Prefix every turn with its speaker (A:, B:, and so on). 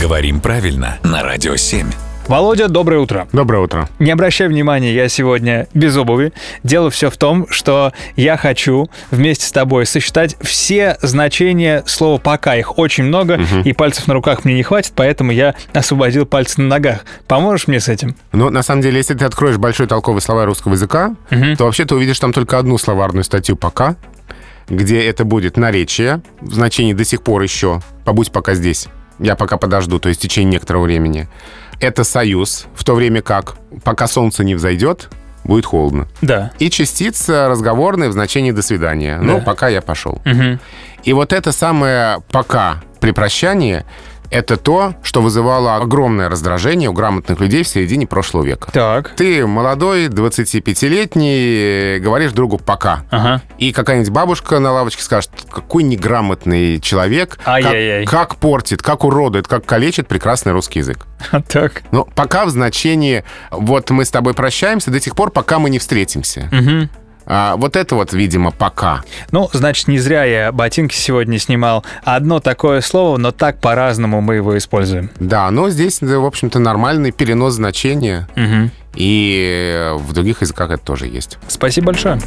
A: Говорим правильно на Радио 7.
B: Володя, доброе утро.
C: Доброе утро.
B: Не обращай внимания, я сегодня без обуви. Дело все в том, что я хочу вместе с тобой сосчитать все значения слова «пока». Их очень много, и пальцев на руках мне не хватит, поэтому я освободил пальцы на ногах. Поможешь мне с этим?
C: Ну, на самом деле, если ты откроешь большой толковый словарь русского языка, то вообще ты увидишь там только одну словарную статью «пока», где это будет наречие в значении «до сих пор еще», «побудь пока здесь», «я пока подожду», то есть в течение некоторого времени. Это союз, в то время как «пока солнце не взойдет», будет холодно.
B: Да.
C: И частица разговорная в значении «до свидания». Ну, пока я пошел. И вот это самое «пока» при прощании — это то, что вызывало огромное раздражение у грамотных людей в середине прошлого века.
B: Так.
C: Ты молодой, 25-летний, говоришь другу «пока».
B: Ага.
C: И какая-нибудь бабушка на лавочке скажет, какой неграмотный человек, как,
B: Ай-яй-яй.
C: как портит, как уродует, как калечит прекрасный русский язык.
B: Так.
C: Но пока в значении «вот мы с тобой прощаемся» до тех пор, пока мы не встретимся. А, вот это вот, видимо, «пока».
B: Ну, значит, не зря я ботинки сегодня снимал. Одно такое слово, но так по-разному мы его используем.
C: Да, но здесь, да, в общем-то, нормальный перенос значения. И э, в других языках это тоже есть.
B: Спасибо большое.